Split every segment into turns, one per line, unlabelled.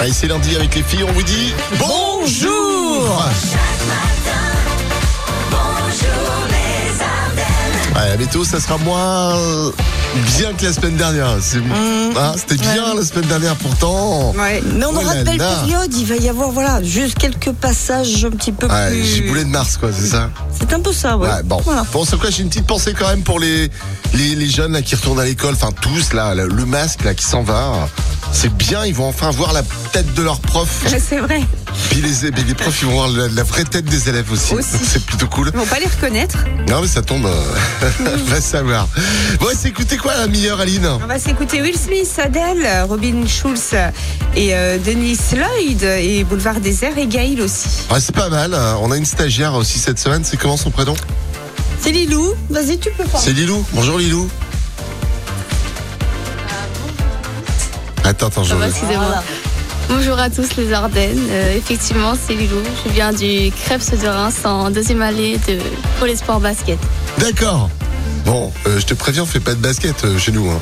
Allez, Ah, c'est lundi avec les filles, on vous dit bonjour Ouais, la météo, ça sera moins euh, bien que la semaine dernière. C'est Ah, C'était bien la semaine dernière pourtant.
Mmh. Ouais. Mais on
Oh
aura
là
de belles
là.
périodes. Il va y avoir voilà juste quelques passages un petit peu
Ouais,
plus.
giboulet de mars, quoi, c'est ça
C'est un peu ça, Mmh. ouais.
Ah, Ouais, bon.
Voilà.
Bon, c'est quoi J'ai une petite pensée quand même pour les, les, les jeunes là, qui retournent à l'école, enfin tous là, le, le masque là qui s'en va. C'est bien, ils vont enfin voir la tête de leur prof.
C'est vrai.
Puis les, puis les profs, ils vont voir la, la vraie tête des élèves aussi.
Aussi.
C'est plutôt cool.
Ils vont pas les reconnaître.
Non, mais ça tombe, euh, va savoir. Bon, c'est écoutez quoi la meilleure, Aline
On va s'écouter Will Smith, Adele, Robin Schulz et euh, Denis Lloyd et Boulevard Désert et Gail aussi.
Ouais, c'est pas mal. euh, On a une stagiaire aussi cette semaine. C'est comment son prénom
C'est Lilou. Vas-y, tu peux parler.
C'est Lilou. Bonjour Lilou. Attends, attends, je
Euh, Ça va, excusez-moi. Bonjour à tous les Ardennes. Euh, effectivement, c'est Lilou. Je viens du Crêpes de Reims en deuxième allée de Pôle Espoir Basket.
D'accord. Bon, euh, je te préviens, on fait pas de basket euh, chez nous. hein.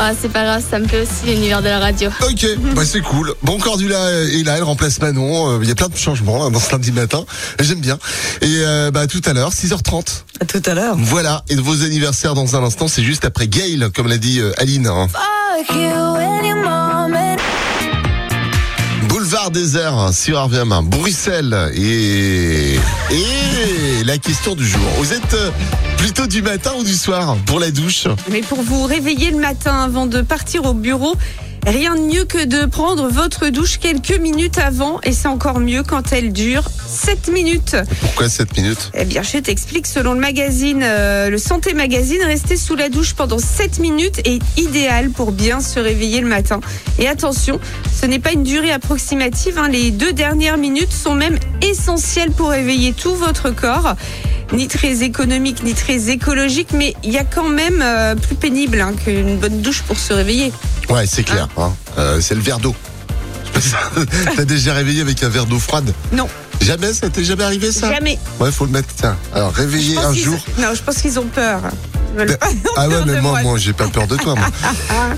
Ah, c'est pas grave, ça me plaît aussi l'univers de la radio.
Ok, bah c'est cool. Bon, Cordula euh, est là, elle remplace Manon. Euh, Il y a plein de changements là, dans ce lundi matin. J'aime bien. Et euh, bah, à tout à l'heure, 6h30.
À tout à l'heure.
Voilà, et de vos anniversaires dans un instant, c'est juste après Gail, comme l'a dit euh, Aline. hein. Boulevard désert sur RVM, hein. Bruxelles et... et la question du jour. Vous êtes euh, plutôt du matin ou du soir pour la douche
Mais pour vous réveiller le matin avant de partir au bureau, rien de mieux que de prendre votre douche quelques minutes avant et c'est encore mieux quand elle dure 7 minutes.
Pourquoi 7 minutes
Eh bien, je t'explique, selon le magazine, euh, le Santé Magazine, rester sous la douche pendant 7 minutes est idéal pour bien se réveiller le matin. Et attention, ce n'est pas une durée approximative, hein, les deux dernières minutes sont même essentielles pour réveiller tout votre corps. Ni très économique, ni très écologique, mais il y a quand même euh, plus pénible hein, qu'une bonne douche pour se réveiller.
Ouais, c'est clair.
Ah.
hein. Euh, c'est le verre d'eau. Je sais pas si- T'as déjà réveillé avec un verre d'eau froide
Non.
Jamais Ça t'est jamais arrivé ça
Jamais.
Ouais, faut le mettre. Tiens, alors
Je
réveiller
pense
un
qu'ils-
jour.
Non, je pense qu'ils ont peur. Ils veulent
Ben,
pas
Ah ouais,
peur
mais
de
moi,
moi.
moi, j'ai pas peur de toi. Moi.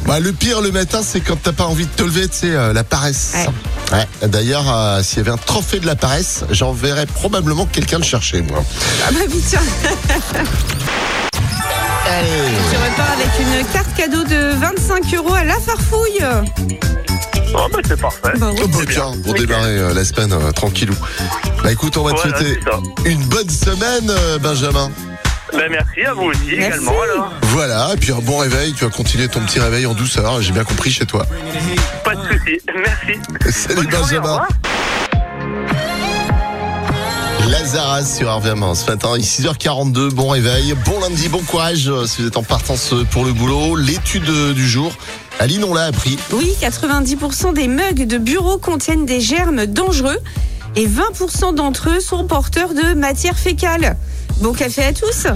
bah, le pire le matin, c'est quand t'as pas envie de te lever, tu sais, euh, la paresse. Ouais. D'ailleurs, euh, s'il y avait un trophée de la paresse, j'enverrais probablement quelqu'un le chercher, moi.
Ah bah, putain.
Allez.
Je repars avec une carte cadeau de 25 euros à la farfouille.
Oh, bah, c'est parfait.
Bah ouais.
Oh, bah, tiens, pour démarrer euh, la semaine euh, tranquillou. Bah écoute, on va
Voilà,
te souhaiter
c'est ça.
une bonne semaine, euh, Benjamin.
Bah, merci à vous aussi également. Alors.
Voilà, et puis un bon réveil. Tu vas continuer ton petit réveil en douceur. J'ai bien compris chez toi.
Pas de soucis. Merci.
Salut,
Bonne journée, au
Benjamin.
revoir.
Lazara sur RVM ce matin, il est 6h42, bon réveil, bon lundi, bon courage euh, si vous êtes en partance euh, pour le boulot. L'étude euh, du jour, Aline, on l'a appris.
Oui, 90% des mugs de bureau contiennent des germes dangereux et 20% d'entre eux sont porteurs de matière fécale. Bon café à tous.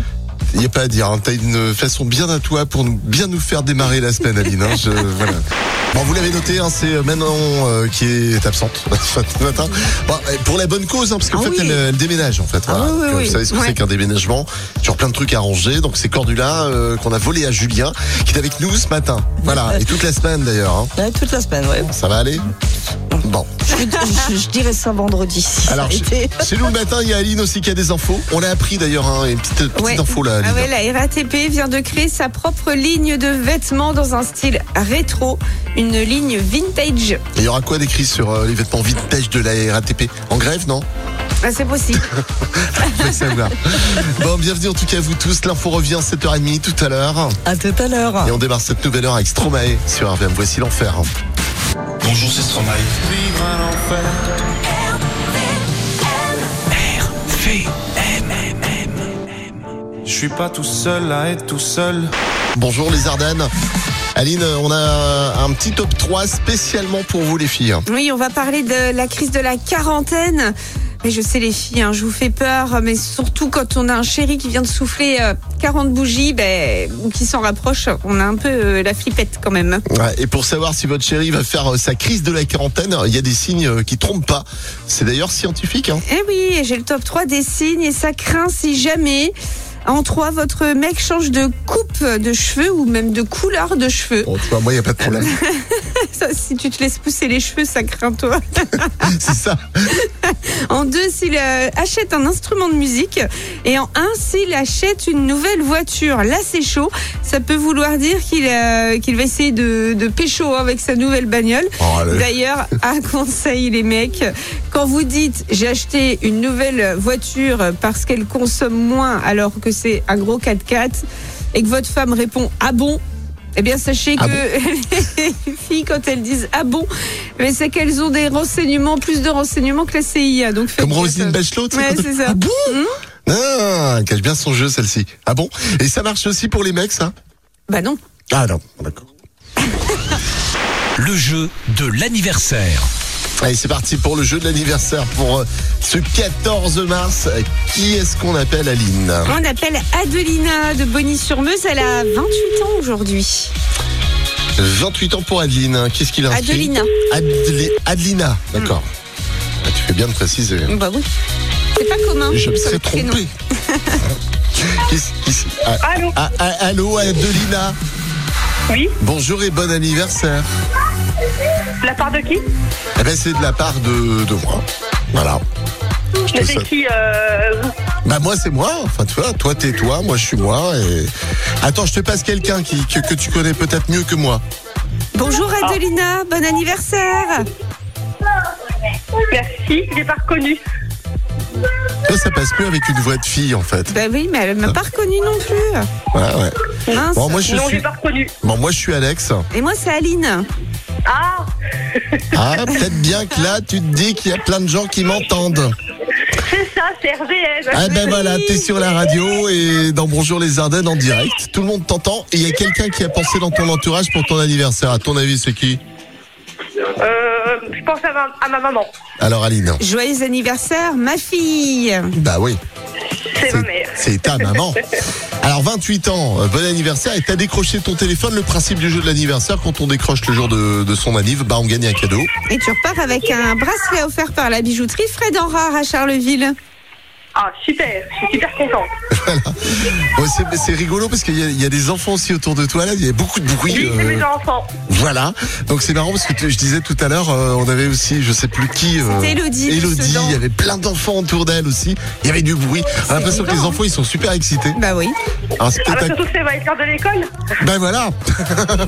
Il n'y a pas à dire, hein. t'as une façon bien à toi pour nous, bien nous faire démarrer la semaine, Aline. hein. Je- voilà. Bon, vous l'avez noté, hein, c'est euh, Manon euh, qui est absente ce matin. Bon, euh, pour la bonne cause, hein, parce qu'en
Ah
fait,
oui.
elle, euh, elle déménage. En fait,
Ah oui, oui,
Donc,
oui.
Vous savez ce que
Ouais.
c'est qu'un déménagement Sur plein de trucs à ranger. Donc c'est Cordula euh, qu'on a volé à Julien, qui est avec nous ce matin. Voilà, et toute la semaine d'ailleurs. hein.
Ouais, toute la semaine, ouais.
Ça va aller Bon.
je, je- je dirais ça vendredi. si ça
Alors,
a été.
chez, chez nous le matin, il y a Aline aussi qui a des infos. On l'a appris d'ailleurs, hein, une petite, petite
Ouais.
info là, Aline.
Ah ouais, la RATP vient de créer sa propre ligne de vêtements dans un style rétro, une ligne vintage.
Et Il y aura quoi d'écrit sur euh, les vêtements vintage de la RATP En grève, non
Ah, C'est possible.
Je vais savoir. Bon, bienvenue en tout cas à vous tous. L'info revient 7h30 tout à l'heure.
À tout à l'heure.
Et on démarre cette nouvelle heure avec Stromae sur RVM. Voici l'enfer.
Bonjour, c'est Stromae. Je suis pas tout seul à être tout seul.
Bonjour les Ardennes. Aline, on a un petit top 3 spécialement pour vous les filles.
Oui, on va parler de la crise de la quarantaine. Mais je sais les filles, hein, je vous fais peur, mais surtout quand on a un chéri qui vient de souffler euh, 40 bougies ben, ou qui s'en rapproche, on a un peu euh, la flippette quand même.
Ouais, et pour savoir si votre chérie va faire euh, sa crise de la quarantaine, il y a des signes euh, qui trompent pas. C'est d'ailleurs scientifique. Hein.
Eh oui, et j'ai le top 3 des signes et ça craint si jamais. En 3, votre mec change de coupe de cheveux ou même de couleur de cheveux.
Bon, tu vois, moi, il n'y a pas de problème.
ça, si tu te laisses pousser les cheveux, ça craint toi.
C'est ça.
En deux, s'il euh, achète un instrument de musique. Et en un, s'il achète une nouvelle voiture. Là, c'est chaud. Ça peut vouloir dire qu'il euh, qu'il va essayer de, de pécho avec sa nouvelle bagnole.
Oh, là, là.
D'ailleurs, un conseil les mecs, quand vous dites j'ai acheté une nouvelle voiture parce qu'elle consomme moins alors que c'est un gros 4x4 et que votre femme répond ah bon eh bien, sachez
Ah
que les filles, quand elles disent ah bon, mais c'est qu'elles ont des renseignements, plus de renseignements que la CIA. Donc, faites
Comme
gaffe.
Roselyne Bachelot, tu sais,
Ouais,
quand-
c'est ça.
Ah bon
Hmm
Ah, elle cache bien son jeu, celle-ci. Ah bon Et ça marche aussi pour les mecs, ça
Bah non.
Ah non, d'accord.
Le jeu de l'anniversaire.
Allez, c'est parti pour le jeu de l'anniversaire pour euh, ce 14 mars. Euh, Qui est-ce qu'on appelle Aline
On appelle Adelina de Bonny-sur-Meuse. Elle a 28 ans aujourd'hui.
28 ans pour Adeline. hein. Qu'est-ce qu'il a inscrit
Adelina.
Adeli- Adelina, d'accord. Ah, Tu fais bien de préciser.
Bah oui. C'est pas commun.
Je me
comme
serais
prénom.
trompé. Qu'est-ce- qu'est-ce- ah,
Allô
ah, ah, allô, Adelina
Oui
Bonjour et bon anniversaire.
De La part de qui
Eh ben, c'est de la part de, de moi. Voilà. Je te
Mais C'est
souhaite-
qui euh, vous
Bah moi c'est moi, enfin tu vois, toi t'es toi, moi je suis moi et... Attends, je te passe quelqu'un qui, que, que tu connais peut-être mieux que moi.
Bonjour Adelina, bon anniversaire.
Merci, je l'ai pas reconnu.
Toi ça passe mieux avec une voix de fille en fait.
Bah oui, mais elle m'a pas reconnue non plus.
Ouais ouais.
Mince.
Bon moi je
non, je l'ai
suis...
pas reconnu.
Bon moi je suis Alex.
Et moi c'est Aline.
Ah
Ah peut-être bien que là tu te dis qu'il y a plein de gens qui m'entendent.
C'est ça, c'est RVM.
Ah ben voilà, t'es sur la radio et dans Bonjour les Ardennes en direct, tout le monde t'entend et il y a quelqu'un qui a pensé dans ton entourage pour ton anniversaire. À ton avis c'est qui
Euh, je pense à ma, à ma maman.
Alors Aline.
Joyeux anniversaire, ma fille.
Bah oui.
C'est ma mère.
C'est ta maman. Alors 28 ans, euh, bon anniversaire et t'as décroché ton téléphone. Le principe du jeu de l'anniversaire, quand on décroche le jour de, de son anniv, bah on gagne un cadeau.
Et tu repars avec un bracelet offert par la bijouterie Fred Enrard à Charleville.
Ah, super, je suis super contente.
Ouais, c'est- mais c'est rigolo parce qu'il y, a- il y a des enfants aussi autour de toi là. Il y a beaucoup de bruit.
Oui, c'est
euh,
mes enfants.
voilà. Donc c'est marrant parce que tu- je disais tout à l'heure, euh, on avait aussi, je sais plus qui. euh,
C'était Élodie de
Élodie.
Sedan.
Il y avait plein d'enfants autour d'elle aussi. Il y avait du bruit. On a l'impression que les
vivant.
enfants ils sont super excités.
Bah oui.
Alors, c'est
Ah,
peut-être
bah,
à-
surtout que c'est ma école de l'école.
Ben voilà.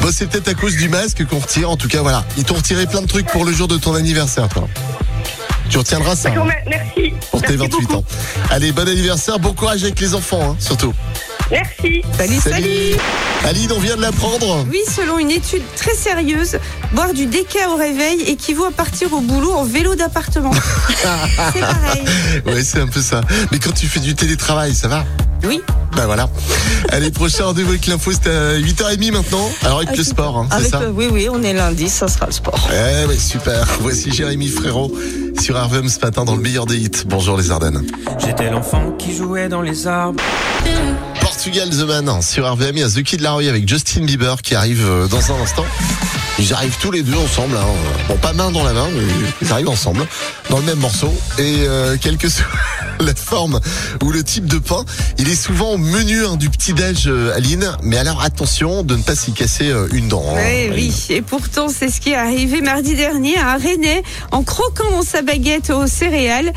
bon, c'est peut-être à cause du masque qu'on retire. En tout cas, voilà. Ils t'ont retiré plein de trucs pour le jour de ton anniversaire, toi. Tu retiendras ça
Je vous
hein,
remercie. Merci.
pour tes
Merci
28
beaucoup.
ans. Allez, bon anniversaire. Bon courage avec les enfants, hein, surtout.
Merci.
Salut, salut.
Aline, on vient de l'apprendre.
Oui, selon une étude très sérieuse, boire du déca au réveil équivaut à partir au boulot en vélo d'appartement. c'est pareil.
Ouais, c'est un peu ça. Mais quand tu fais du télétravail, ça va
Oui.
Ben voilà. Allez, prochain rendez-vous avec l'info, c'est à 8h30 maintenant. Alors avec le sport, hein, c'est
Avec,
ça
euh, oui, oui, on est lundi, ça sera le sport.
Eh ouais, super. Voici Jérémy Frérot sur Arvem ce matin dans le meilleur des hits. Bonjour les Ardennes.
J'étais l'enfant qui jouait dans les arbres.
Portugal The Man hein, sur RVM, il y a The Kid Laroi avec Justin Bieber qui arrive euh, dans un instant. Ils arrivent tous les deux ensemble, hein. bon pas main dans la main, mais ils arrivent ensemble dans le même morceau. Et euh, quelle que soit la forme ou le type de pain, il est souvent au menu hein, du petit déj euh, Aline. Mais alors attention de ne pas s'y casser euh, une dent. hein,
Ouais,
Aline.
Eh oui, et pourtant c'est ce qui est arrivé mardi dernier à Rennes en croquant sa baguette aux céréales.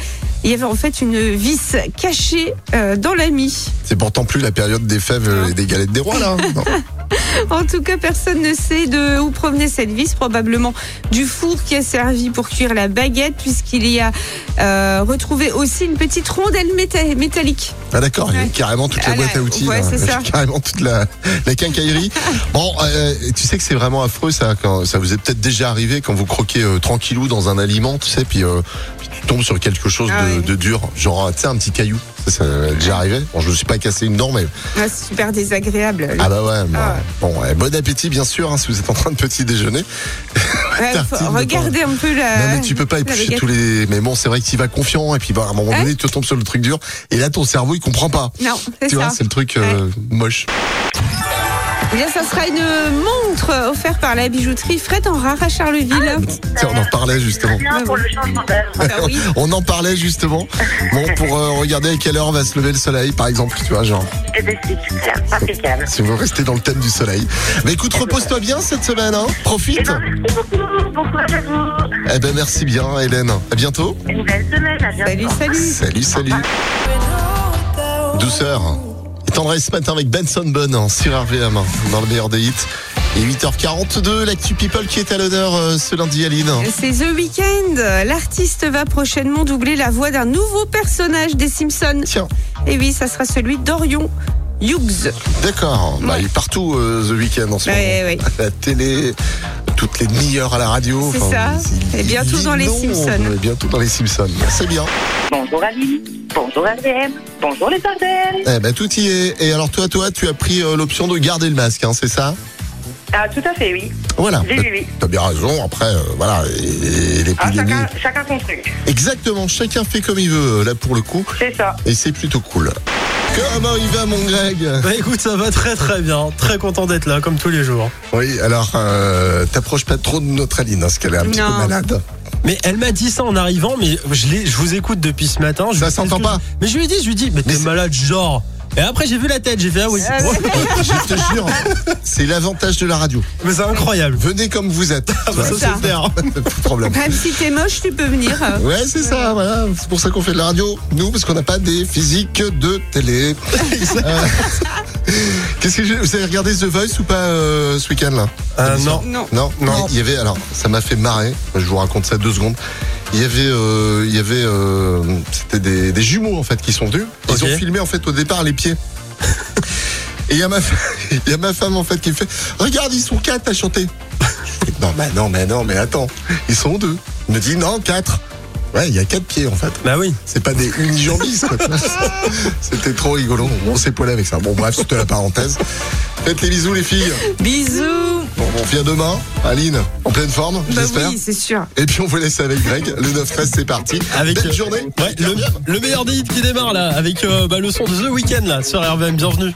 Il y avait en fait une vis cachée euh, dans la mie.
C'est pourtant plus la période des fèves euh, et des galettes des rois là. hein. Non.
En tout cas, personne ne sait de où provenait cette vis, probablement du four qui a servi pour cuire la baguette, puisqu'il y a euh, retrouvé aussi une petite rondelle méta- métallique.
Ah d'accord, il y a
Ouais.
carrément toute la
Ah,
boîte
là,
à outils,
ouais,
là.
c'est ça.
carrément toute la, la quincaillerie. bon, euh, tu sais que c'est vraiment affreux ça, quand, ça vous est peut-être déjà arrivé quand vous croquez euh, tranquillou dans un aliment, tu sais, puis, euh, puis tu tombes sur quelque chose
Ah
de,
ouais.
de dur, genre tu sais un petit caillou. Ça, ça m'est déjà arrivé. Bon, je me suis pas cassé une dent, mais
Ah, c'est super désagréable.
ah bah ouais. moi.
Ah.
Bon, ouais, bon appétit bien sûr hein, si vous êtes en train de petit déjeuner.
Ouais, faut
tartine de
regardez un peu la.
non mais tu peux pas
la
éplucher
baguette.
tous les. Mais bon, c'est vrai que tu vas confiant et puis bah, à un moment
Hein
donné, tu tombes sur le truc dur et là ton cerveau il comprend pas.
Non, c'est
Tu
ça.
vois, c'est le truc euh, moche.
Eh bien, ça sera une montre offerte par la bijouterie Fred en rare à
Ah,
Charleville.
Tiens, on en parlait justement.
Bien pour le changement d'heure.
Ah oui.
On en parlait justement. Bon, pour euh, regarder à quelle heure va se lever le soleil, par exemple, tu vois, genre,
Eh ben, c'est super, impeccable.
si vous restez dans le thème du soleil. Mais écoute, repose-toi bien cette semaine, hein.
Eh
Profite.
ben, merci beaucoup. Bon courage à vous.
Eh ben, merci bien, Hélène. À bientôt.
Une belle semaine. À bientôt.
Salut, salut.
Salut, salut. Douceur. Et tendresse ce matin avec Benson Bunn hein, sur RVM, hein, dans le meilleur des hits. Et 8h42, l'actu people qui est à l'honneur euh, ce lundi, Aline.
C'est The Weeknd. L'artiste va prochainement doubler la voix d'un nouveau personnage des Simpsons.
Tiens,
Et oui, ça sera celui d'Orion Hughes.
d'accord. Bah,
Ouais.
il est partout euh, The Weeknd en ce moment.
Ouais, ouais.
À la télé, toutes les demi-heures à la radio.
C'est ça.
il-
Et
il
bientôt dans les
inonde,
Simpsons.
et bientôt dans les Simpsons. Ah, C'est bien.
Bonjour Aline. Bonjour ADM. Bonjour les Ardennes.
Eh ben, tout y est. Et alors, toi, toi, tu as pris euh, l'option de garder le masque, hein, c'est ça
Ah, tout à fait, oui.
Voilà.
Oui, oui, oui.
T'as bien raison. Après, euh, voilà, et- et
Ah,
l'épidémie.
chacun, chacun son truc.
Exactement, chacun fait comme il veut, euh, là pour le coup,
C'est ça.
et c'est plutôt cool. Comment il va, mon Greg
Bah écoute, ça va très très bien. Très content d'être là, comme tous les jours.
Oui, alors, euh, t'approches pas trop de notre Aline, hein, parce qu'elle est un petit peu
Non.
malade.
Mais elle m'a dit ça en arrivant, mais je, l'ai- je vous écoute depuis ce matin. Je
Ça
vous-
s'entend pas.
Mais je lui ai dit, je lui ai dit, mais
Mais
t'es
c'est-
malade, genre. Et après, j'ai vu la tête, j'ai fait, ah oui.
Ah ouais.
Je te jure, c'est l'avantage de la radio.
mais c'est incroyable.
Venez comme vous êtes.
bah,
Ah ça, c'est
Voilà. Plus de problème.
Même si t'es moche, tu peux venir.
Ouais, c'est ça, voilà. C'est pour ça qu'on fait de la radio, nous, parce qu'on n'a pas des physiques de télé. Euh, Qu'est-ce que j'ai- Vous avez regardé The Voice ou pas euh, ce week-end là
Euh, non.
Non.
Non, non,
Non.
il y avait. Alors, ça m'a fait marrer. Je vous raconte ça deux secondes. Il y avait, euh, il y avait, euh, c'était des, des jumeaux en fait qui sont venus. Ils
Ok.
ont filmé en fait au départ les pieds. Et il y a ma, f- il y a ma femme en fait qui me fait, regarde ils sont quatre à chanter. Je fais, non mais non mais non mais attends, ils sont deux. Il me dit non quatre. Ouais, il y a quatre pieds en fait.
Bah oui.
C'est pas des unijambistes, quoi. tu vois. C'était trop rigolo. On s'est poilé avec ça. Bon, bref, c'était la parenthèse. Faites les bisous, les filles.
Bisous.
Bon, on revient demain. Aline, en pleine forme,
Bah
j'espère.
oui, c'est sûr.
Et puis on vous laisse avec Greg. Le 9-13, c'est parti.
Avec
Belle
euh,
journée.
ouais, le, le meilleur des hits qui démarre là, avec euh, bah, le son de The Weeknd là sur RVM. Bienvenue.